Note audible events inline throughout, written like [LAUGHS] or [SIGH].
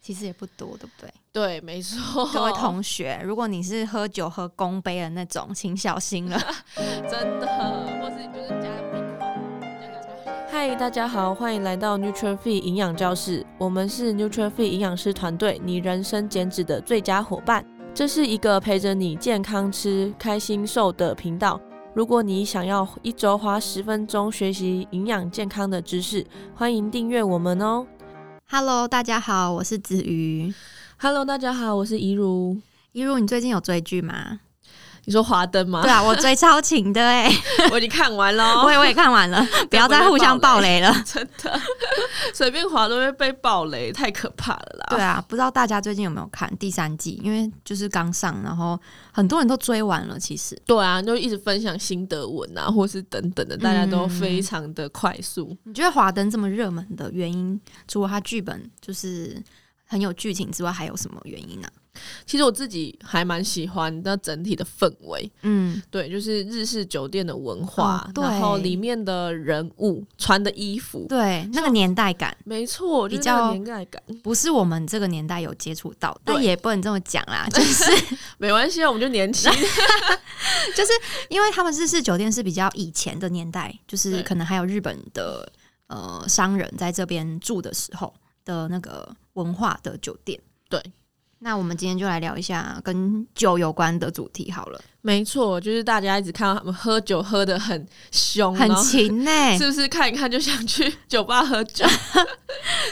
其实也不多，对不 [LAUGHS] 对？对，没 [LAUGHS] 错，各位同学，如果你是喝酒喝公杯的那种，请小心了。 [LAUGHS] 真的，或是你就是加冰块，加加加嗨，大家好，欢迎来到 Nutrify 营养教室，我们是 Nutrify 营养师团队，你人生减脂的最佳伙伴。这是一个陪着你健康吃、开心瘦的频道。如果你想要一周花十分钟学习营养健康的知识，欢迎订阅我们哦。 Hello，大家好，我是子瑜。 Hello，大家好，我是怡如。一如，你最近有追剧 [LAUGHS] 吗？你说华灯吗对？啊，我追超勤的 [LAUGHS] 哎、 [LAUGHS] 我已经看完了哦我也我也看 [LAUGHS] 完了，不要再互相爆雷了。真的， [LAUGHS] 随便滑都会被爆雷，太可怕了啦！对 [LAUGHS] 啊，不知道大家最近有没有看第三季？因为就是刚上，然后很多人都追完了。其实对啊，就一直分享心得文啊，或是等等的，大家都非常的快速。你觉得《华灯》这么热门的原因，除了它剧本就是很有剧情之外，还有什么原因啊呢、其实我自己还蛮喜欢那整体的氛围，嗯，对，就是日式酒店的文化，哦对然后里面的人物穿的衣服，对，那个年代感没错，就是比那较个年代感。不是我们这个年代有接触到，但对也不能这么讲 [LAUGHS] 啦，就是没关系啊，我们就年 [LAUGHS] 轻，就是因为他们日式酒店是比较以前的年代，就是对可能还有日本的呃商人在这边住的时候的那个文化的酒店。对，那我们今天就来聊一下跟酒有关的主题好了，没错，就是大家一直看到他们喝酒喝的很凶，很然后勤呢、哦 [LAUGHS] 是不是看一看就想去酒吧喝酒？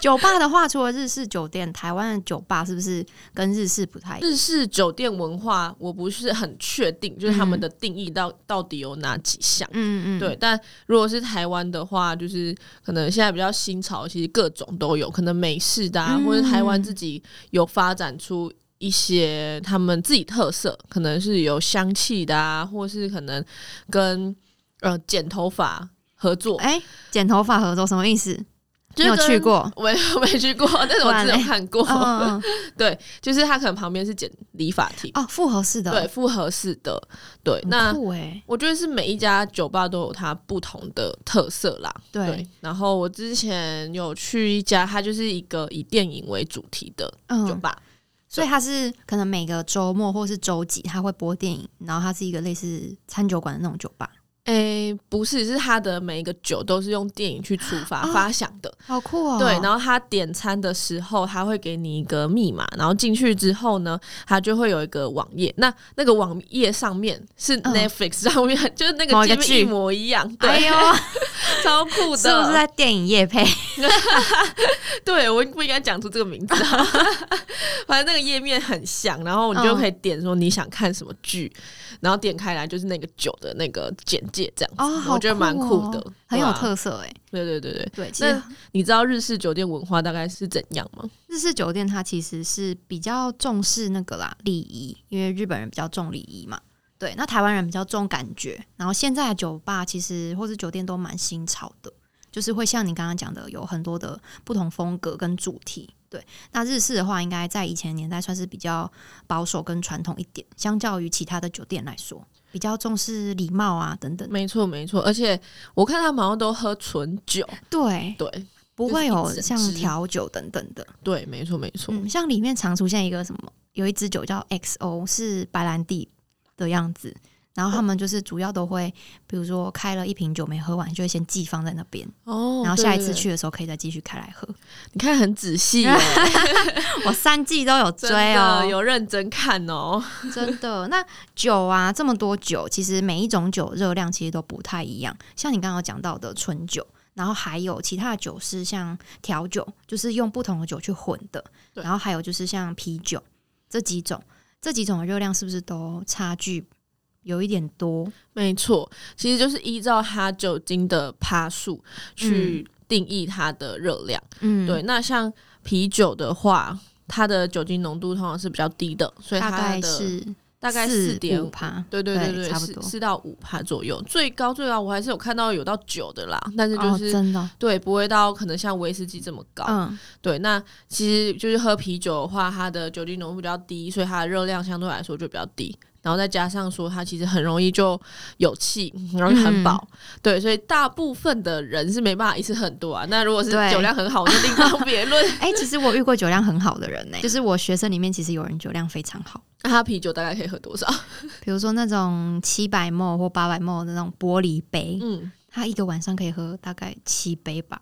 酒吧的话，除了日式酒店，台湾的酒吧是不是跟日式不太一样？日式酒店文化我不是很确定，就是他们的定义到、到底有哪几项。嗯嗯嗯，对，，但如果是台湾的话，就是可能现在比较新潮，其实各种都有，可能美式的啊，嗯或者台湾自己有发展出一些他们自己特色，可能是有香气的啊，或是可能跟呃剪头发合作，哎、剪头发合作什么意思？你就是有跟去？过？ [LAUGHS] 我没我没去过，但是我不然只有嘞看过。嗯，嗯对，就是他可能旁边是剪理发厅，哦，复合式的，对，复合式的，对，那很酷哎，我觉得是每一家酒吧都有它不同的特色啦。对，然后我之前有去一家，它就是一个以电影为主题的酒嗯，吧，所以它是可能每个周末或是周几，它会播电影，然后它是一个类似餐酒馆的那种酒吧，诶、不是，是它的每一个酒都是用电影去出发、啊发想的。好酷哦。对，然后他点餐的时候，他会给你一个密码，然后进去之后呢，他就会有一个网页，那那个网页上面是嗯 Netflix 上面， [LAUGHS] 就是那某一个个界面一剧模一样，对，哎呦， [LAUGHS] 超酷的，是不是在电影夜配？ [LAUGHS] 对，我不应该讲出这个名字、啊。 [LAUGHS] 反正那个页面很像，然后你就嗯可以点说你想看什么剧，然后点开来就是那个酒的那个简介这样子，哦，好 [LAUGHS] 我觉得蛮酷酷哦的，很有对啊特色哎。对对对对，对，其实你知道日式酒店文化大概是怎样吗？日式酒店它其实是比较重视那个啦礼仪，因为日本人比较重礼仪嘛。对，那台湾人比较重感觉。然后现在的酒吧其实或是酒店都蛮新潮的，就是会像你刚刚讲的，有很多的不同风格跟主题。对，那日式的话，应该在以前的年代算是比较保守跟传统一点，相较于其他的酒店来说，比较重视礼貌啊等等。没错没错，而且我看他们好像都喝纯酒，对，对不会有就是一整像支调酒等等的。对，没错没错，嗯，像里面常出现一个什么，有一支酒叫 XO，是白兰地的样子。然后他们就是主要都会，比如说开了一瓶酒没喝完，就会先寄放在那边，哦然后下一次对对对去的时候可以再继续开来喝。你看很仔细、耶我三季都有 [LAUGHS] 真追哦的，有认真看哦，真的。那酒啊，这么多酒，其实每一种酒热量其实都不太一样。像你刚刚讲到的纯酒，然后还有其他的酒是像调酒，就是用不同的酒去混的，对然后还有就是像啤酒这几种，这几种的热量是不是都差距有一点多？没错，其实就是依照它酒精的趴数去定义它的热量。嗯，对，，那像啤酒的话，它的酒精浓度通常是比较低的，所以大它概的是大概四点五。趴，对对对对对，差不四多四到五趴左右，最高最高我还是有看到有到九的啦，但是就哦，是、真的，对不会到可能像威士忌这么高。嗯，对，那其实就是喝啤酒的话，它的酒精浓度比较低，所以它的热量相对来说就比较低。然后再加上说它其实很容易就有气，很容易嗯很饱，对，所以大部分的人是没办法一次很多啊。那如果是对酒量很好，就另当 [LAUGHS] 别论。哎、其实我遇过酒量很好的人 [LAUGHS] 呢、就是我学生里面其实有人酒量非常好，那它啤酒大概可以喝多少？比如说那种七百 ml 或八百 ml 的那种玻璃杯，嗯，他一个晚上可以喝大概七杯吧，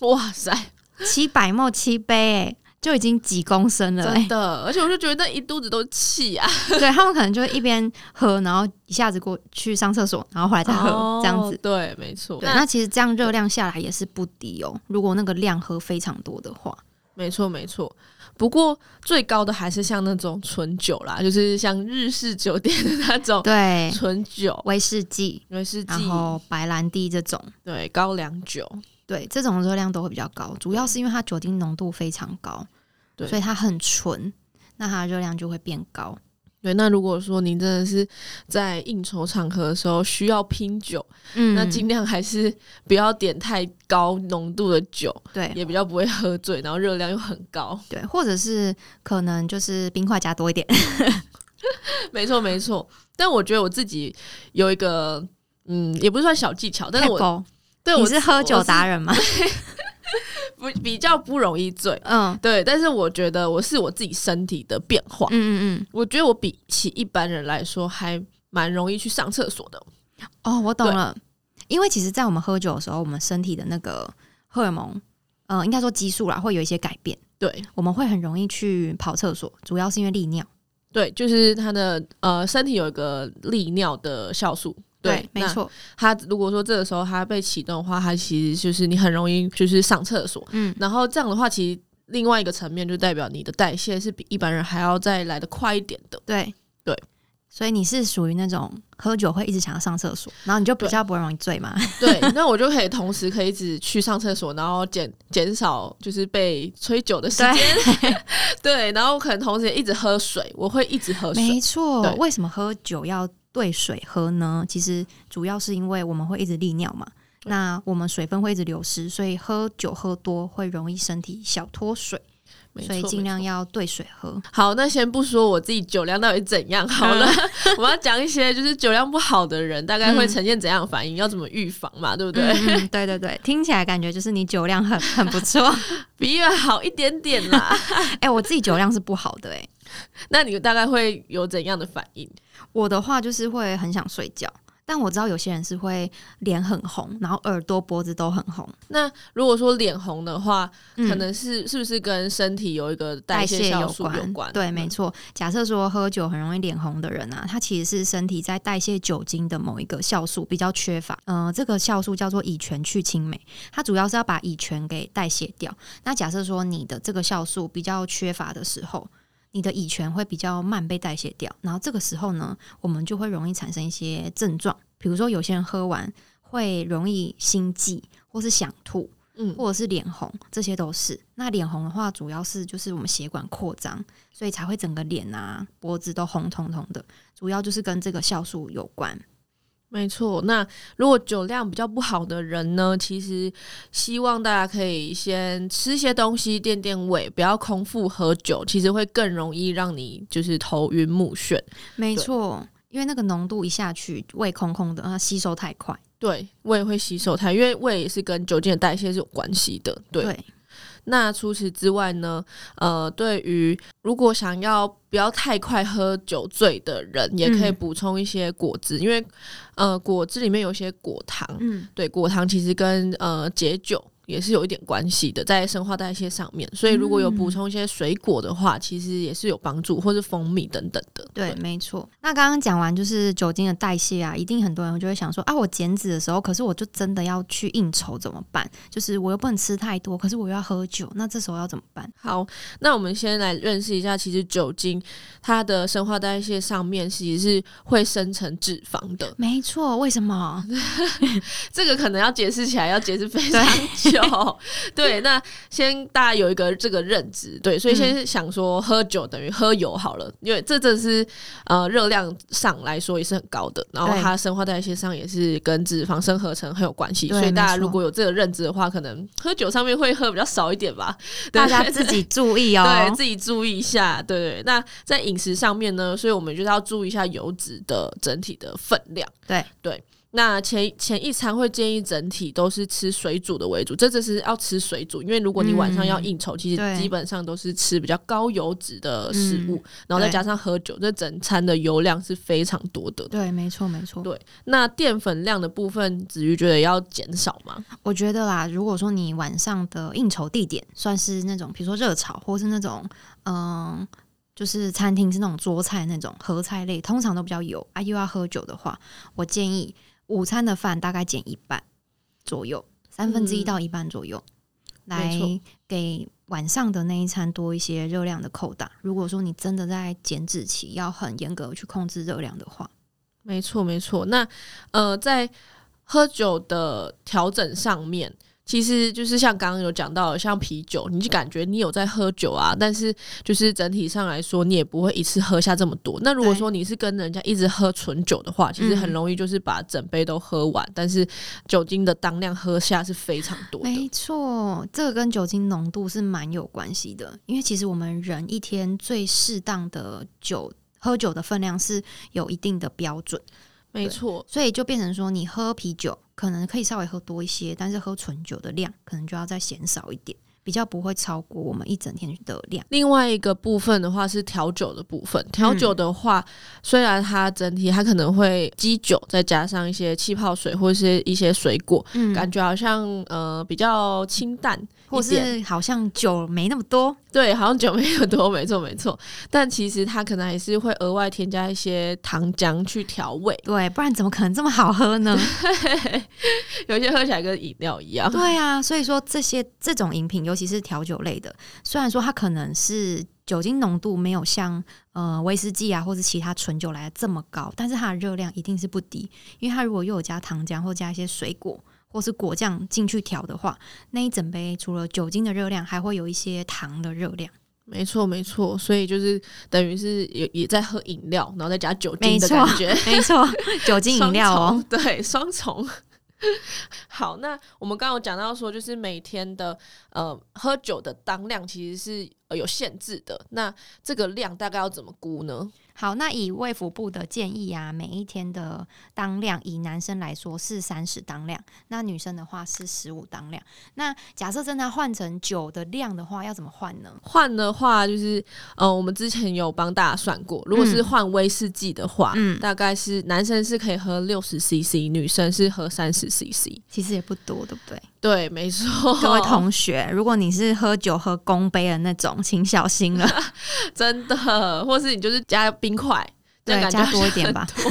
哇塞，七百 ml 七杯、欸，就已经几公升了、真欸。的，而且我就觉得那一肚子都是气啊。对他们可能就一边喝，然后一下子过去上厕所，然后回来再喝，这样哦子。对，没错，对，那其实这样热量下来也是不低哦。如果那个量喝非常多的话，没错，没错。不过最高的还是像那种纯酒啦，就是像日式酒店的那种对，纯酒，哦威士忌，威士忌然，后白兰地这种，对，高粱酒，对，这种热量都会比较高，主要是因为它酒精浓度非常高，对所以它很纯，那它的热量就会变高。对。那如果说您真的是在应酬场合的时候需要拼酒，嗯那尽量还是不要点太高浓度的酒，对也比较不会喝醉，然后热量又很高。 [LAUGHS] 对，或者是可能就是冰块加多一点，没错，没错。但我觉得我自己有一个，嗯，也不是算小技 [LAUGHS] 巧，但是我够。对哦你我是喝酒达人，人 [LAUGHS] 吗？我是不比较不容易醉。嗯对，但是我觉得我是我自己身体的变化，嗯嗯我觉得我比起一般人来说还蛮容易去上厕所的。嗯，哦，我懂了。因为其实，在我们喝酒的时候，我们身体的那个荷尔蒙，呃，应该说激素啦，会有一些改变，对我们会很容易去跑厕所，主要是因为利尿。对，就是他的呃身体有一个利尿的酵素。没。错。他如果说这个时候他被启动的话，他其实就是你很容易就是上厕所。嗯，然后这样的话，其实另外一个层面就代表你的代谢是比一般人还要再来的快一点的。 [LAUGHS] 对对。所以你是属于那种喝酒会一直想要上厕所，然后你就比对较不会容易醉嘛？对，那我就可以同时可以一直去上厕所，然后减减少就是被吹酒的时间。 [LAUGHS] 对，然后可能同时也一直喝水，我会一直喝水没。错哦对。为什么喝酒要兑水喝呢？其实主要是因为我们会一直利尿嘛，对那我们水分会一直流失，所以喝酒喝多会容易身体小脱水，没所以错尽量没错要兑水喝。好。那先不说我自己酒量到底怎样好了， [LAUGHS] 我要讲一些就是酒量不好的人大概会嗯呈现怎样的反应，要怎么预防嘛，对不对？嗯嗯对对对，听起来感觉就是你酒量很很不错。 [LAUGHS] [LAUGHS] 比我好一点点啦。哎、我自己酒量是不好的哎、那你大概会有怎样的反应？我的话就是会很想睡觉，但我知道有些人是会脸很红，然后耳朵脖子都很红，那如果说脸红的话，嗯可能是是不是跟身体有一个代谢酵有素有关？嗯对，没错。错。假设说喝酒很容易脸红的人啊，他其实是身体在代谢酒精的某一个酵素比较缺乏。嗯、这个酵素叫做乙醛去青酶，它主要是要把乙醛给代谢掉。那假设说你的这个酵素比较缺乏的时候，你的乙醛会比较慢被代谢掉，然后这个时候呢，我们就会容易产生一些症状，比如说有些人喝完会容易心悸，或是想吐，嗯，或者是脸红，这些都是。那脸红的话，主要是就是我们血管扩张，所以才会整个脸啊、脖子都红彤彤的，主要就是跟这个酵素有关。没错，那如果酒量比较不好的人呢，其实希望大家可以先吃些东西垫垫胃，不要空腹喝酒，其实会更容易让你就是头晕目眩。没对错，因为那个浓度一下去，胃空空的，它吸收太快。对，胃会吸收它，因为胃也是跟酒精的代谢是有关系的。对，对，那除此之外呢，呃，对于如果想要不要太快喝酒醉的人，也可以嗯补充一些果汁，因为呃，果汁里面有一些果糖，嗯，对，果糖其实跟呃解酒也是有一点关系的，在生化代谢上面，所以如果有补充一些水果的话，其实也是有帮助，或是蜂蜜等等的。对，没错。那刚刚讲完就是酒精的代谢啊，一定很多人就会想说啊，我减脂的时候，可是我就真的要去应酬怎么办？就是我又不能吃太多，可是我又要喝酒，那这时候要怎么办？好，那我们先来认识一下，其实酒精它的生化代谢上面其实是会生成脂肪的，没错，为什么？这个可能要解释起来要解释非常久。对，那先嗯大家有一个这个认知，对，所以先想说喝酒等于喝油好了，因为这真的是是呃热量上来说也是很高的，然后它生化代谢上也是跟脂肪生合成很有关系，对所以大家没错如果有这个认知的话，可能喝酒上面会喝比较少一点吧，对大 [LAUGHS] 家自己注意 [LAUGHS] 哦。对自己注意一下，对对。那在饮食上面呢，所以我们就是要注意一下油脂的整体的分量。对对。那前前一餐会建议整体都是吃水煮的为主，这只是要吃水煮，因为如果你晚上要应酬，其嗯对实基本上都是吃比较高油脂的食物，嗯然后再对加上喝酒，这整餐的油量是非常多的。对，没错没错。对那淀粉量的部分，子瑜觉得要减少吗？我觉得啦，如果说你晚上的应酬地点算是那种，比如说热炒，或是那种嗯，就是餐厅是那种桌菜那种合菜类，通常都比较油啊，又要喝酒的话，我建议午餐的饭大概减一半左右，三分之一嗯到一半左右，没错来给晚上的那一餐多一些热量的扣打。如果说你真的在减脂期，要很严格地去控制热量的话，没错，没错。那呃，在喝酒的调整上面，其实就是像刚刚有讲到的，像啤酒，你就感觉你有在喝酒啊，但是就是整体上来说，你也不会一次喝下这么多。那如果对说你是跟人家一直喝纯酒的话，其实很嗯容易就是把整杯都喝完，但是酒精的当量喝下是非常多的。没错，这个跟酒精浓度是蛮有关系的，因为其实我们人一天最适当的酒喝酒的分量是有一定的标准，没错，所以就变成说，你喝啤酒可能可以稍微喝多一些，但是喝纯酒的量可能就要再减少一点，比较不会超过我们一整天的量。另外一个部分的话是调酒的部分，调酒的话，虽然它整体它可能会基酒，再加上一些气泡水或是一些水果，嗯感觉好像呃比较清淡一点，或是好像酒没那么多，对，好像酒没有多，没错没错。但其实它可能还是会额外添加一些糖浆去调味， [LAUGHS] 对，不然怎么可能这么好喝呢？有些喝起来跟饮料一样。对啊，所以说这些这种饮品，尤其是调酒类的，虽然说它可能是酒精浓度没有像呃威士忌啊或者其他纯酒来的这么高，但是它的热量一定是不低，因为它如果又有加糖浆或加一些水果或是果酱进去调的话，那一整杯除了酒精的热量，还会有一些糖的热量。 [LAUGHS] 没错没错，所以就是等于是也也在喝饮料，然后再加酒精没的错感觉。没错，酒精饮料哦双。重，对，双重。 [LAUGHS] 好，那我们刚刚有讲到说，就是每天的呃喝酒的当量其实是呃有限制的，那这个量大概要怎么估呢？好，那以卫福部的建议啊，每一天的当量，以男生来说是三十当量，那女生的话是十五当量。那假设真的要换成酒的量的话，要怎么换呢？换的话就是，呃，我们之前有帮大家算过，如果是嗯换威士忌的话，嗯大概是男生是可以喝六十 CC，女生是喝三十 CC。其实也不多，对不对？哦对，没错， [LAUGHS] 各位同学，如果你是喝酒喝公杯的那种，请小心了。 [LAUGHS] 真的，或是你就是加冰块，这对样感觉加好多一像点很吧多， [LAUGHS]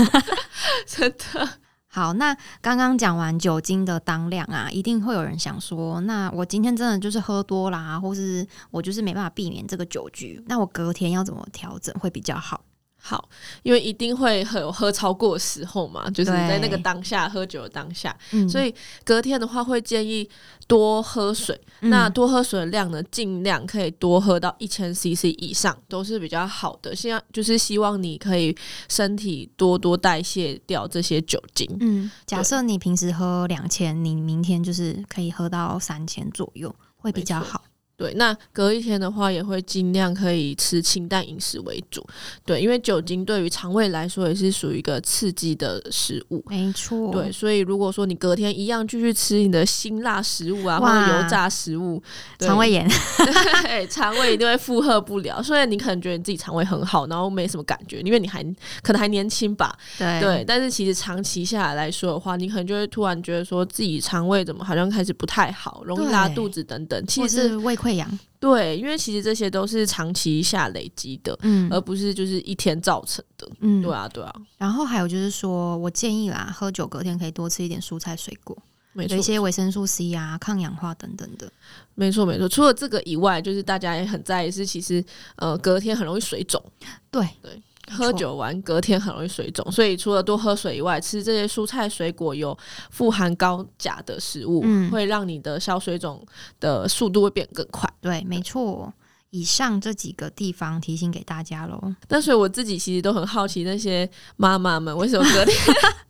真的。 [LAUGHS] 好，那刚刚讲完酒精的当量啊，一定会有人想说，那我今天真的就是喝多啦，或是我就是没办法避免这个酒局，那我隔天要怎么调整会比较好？好，因为一定会喝有喝超过的时候嘛，就是对在那个当下喝酒的当下，嗯所以隔天的话会建议多喝水。那嗯多喝水的量呢，尽量可以多喝到一千 CC 以上，都是比较好的。现在就是希望你可以身体多多代谢掉这些酒精。嗯，假对设你平时喝两千，你明天就是可以喝到三千左右，会比较没错好。对，那隔一天的话，也会尽量可以吃清淡饮食为主。对，因为酒精对于肠胃来说也是属于一个刺激的食物。没错，对，，所以如果说你隔天一样继续吃你的辛辣食物啊，或哇者油炸食物，对肠胃 [LAUGHS] 炎， [LAUGHS] 对肠胃一定会负荷不了。所以你可能觉得你自己肠胃很好，然后没什么感觉，因为你还可能还年轻吧。对对，但是其实长期下来来说的话，你可能就会突然觉得说自己肠胃怎么好像开始不太好，容易拉对肚子等等。或其实是胃溃疡，对，因为其实这些都是长期下累积的，嗯而不是就是一天造成的。嗯对。啊，对啊，然后还有就是说，我建议啦，喝酒隔天可以多吃一点蔬菜水果，没有错一。些维生素 C 啊、抗氧化等等的。没错没错，除了这个以外，就是大家也很在意是，其实呃隔天很容易水肿，对，没错喝酒完隔天很容易水肿，所以除了多喝水以外，吃这些蔬菜水果有富含高钾的食物，嗯会让你的消水肿的速度会变更快。对，没错。以上这几个地方提醒给大家喽。但所以我自己其实都很好奇，那些妈妈们为什么隔天 [LAUGHS] [LAUGHS]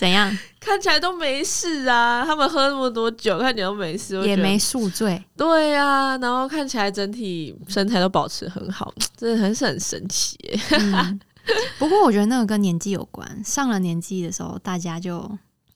怎样？看起来都没事啊？他们喝那么多酒，看起来都没事，我也觉得没宿醉，对啊，然后看起来整体身材都保持很好，真的很是很神奇耶。嗯， [LAUGHS] 不过我觉得那个跟年纪有关，上了年纪的时候，大家就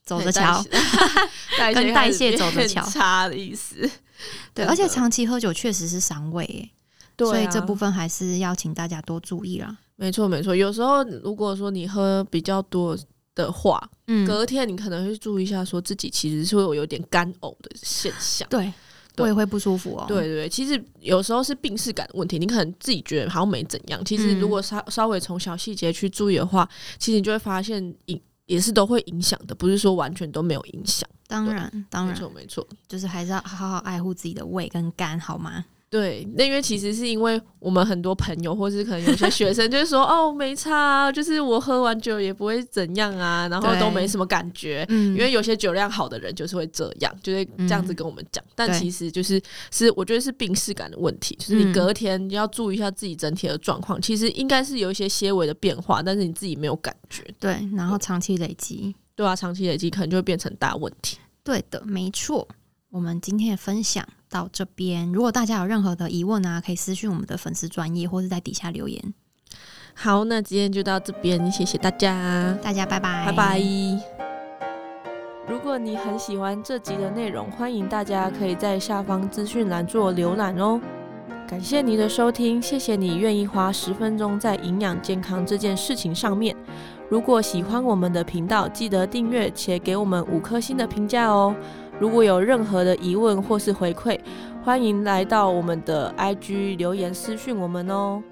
走着瞧， [LAUGHS] 代谢，跟代谢开始走着变瞧差的意思。 [LAUGHS] 对，真而且的长期喝酒确实是伤胃耶，对啊、所以这部分还是要请大家多注意啦。没错没错。有时候如果说你喝比较多的话，嗯，隔天你可能会注意一下，说自己其实是会有有点干呕的现象。对，对胃会不舒服哦。对，对对，其实有时候是病视感的问题，你可能自己觉得好像没怎样，其实嗯如果稍稍微从小细节去注意的话，其实你就会发现影也是都会影响的，不是说完全都没有影响。当然当没然，错没错，就是还是要好好爱护自己的胃跟肝，好吗？对，那因为其实是因为我们很多朋友，或是可能有些学 [LAUGHS] 生就是说，哦，没差、啊，就是我喝完酒也不会怎样啊，然后对都没什么感觉。嗯，因为有些酒量好的人就是会这样，就会这样子嗯跟我们讲。但对其实就是是我觉得是病视感的问题，就是嗯你隔天要注意一下自己整体的状况。其实应该是有一些些微的变化，但是你自己没有感觉，对，然后长期累积，对啊，长期累积可能就会变成大问题。对的，没错。我们今天的分享到这边，如果大家有任何的疑问啊，可以私讯我们的粉丝专业，或是在底下留言。好，那今天就到这边，谢谢大家。大家拜拜，拜拜。如果你很喜欢这集的内容，欢迎大家可以在下方资讯栏做浏览哦。感谢你的收听，谢谢你愿意花十分钟在营养健康这件事情上面。如果喜欢我们的频道，记得订阅且给我们五颗星的评价哦。如果有任何的疑问或是回馈，欢迎来到我们的 IG 留言私讯我们哦。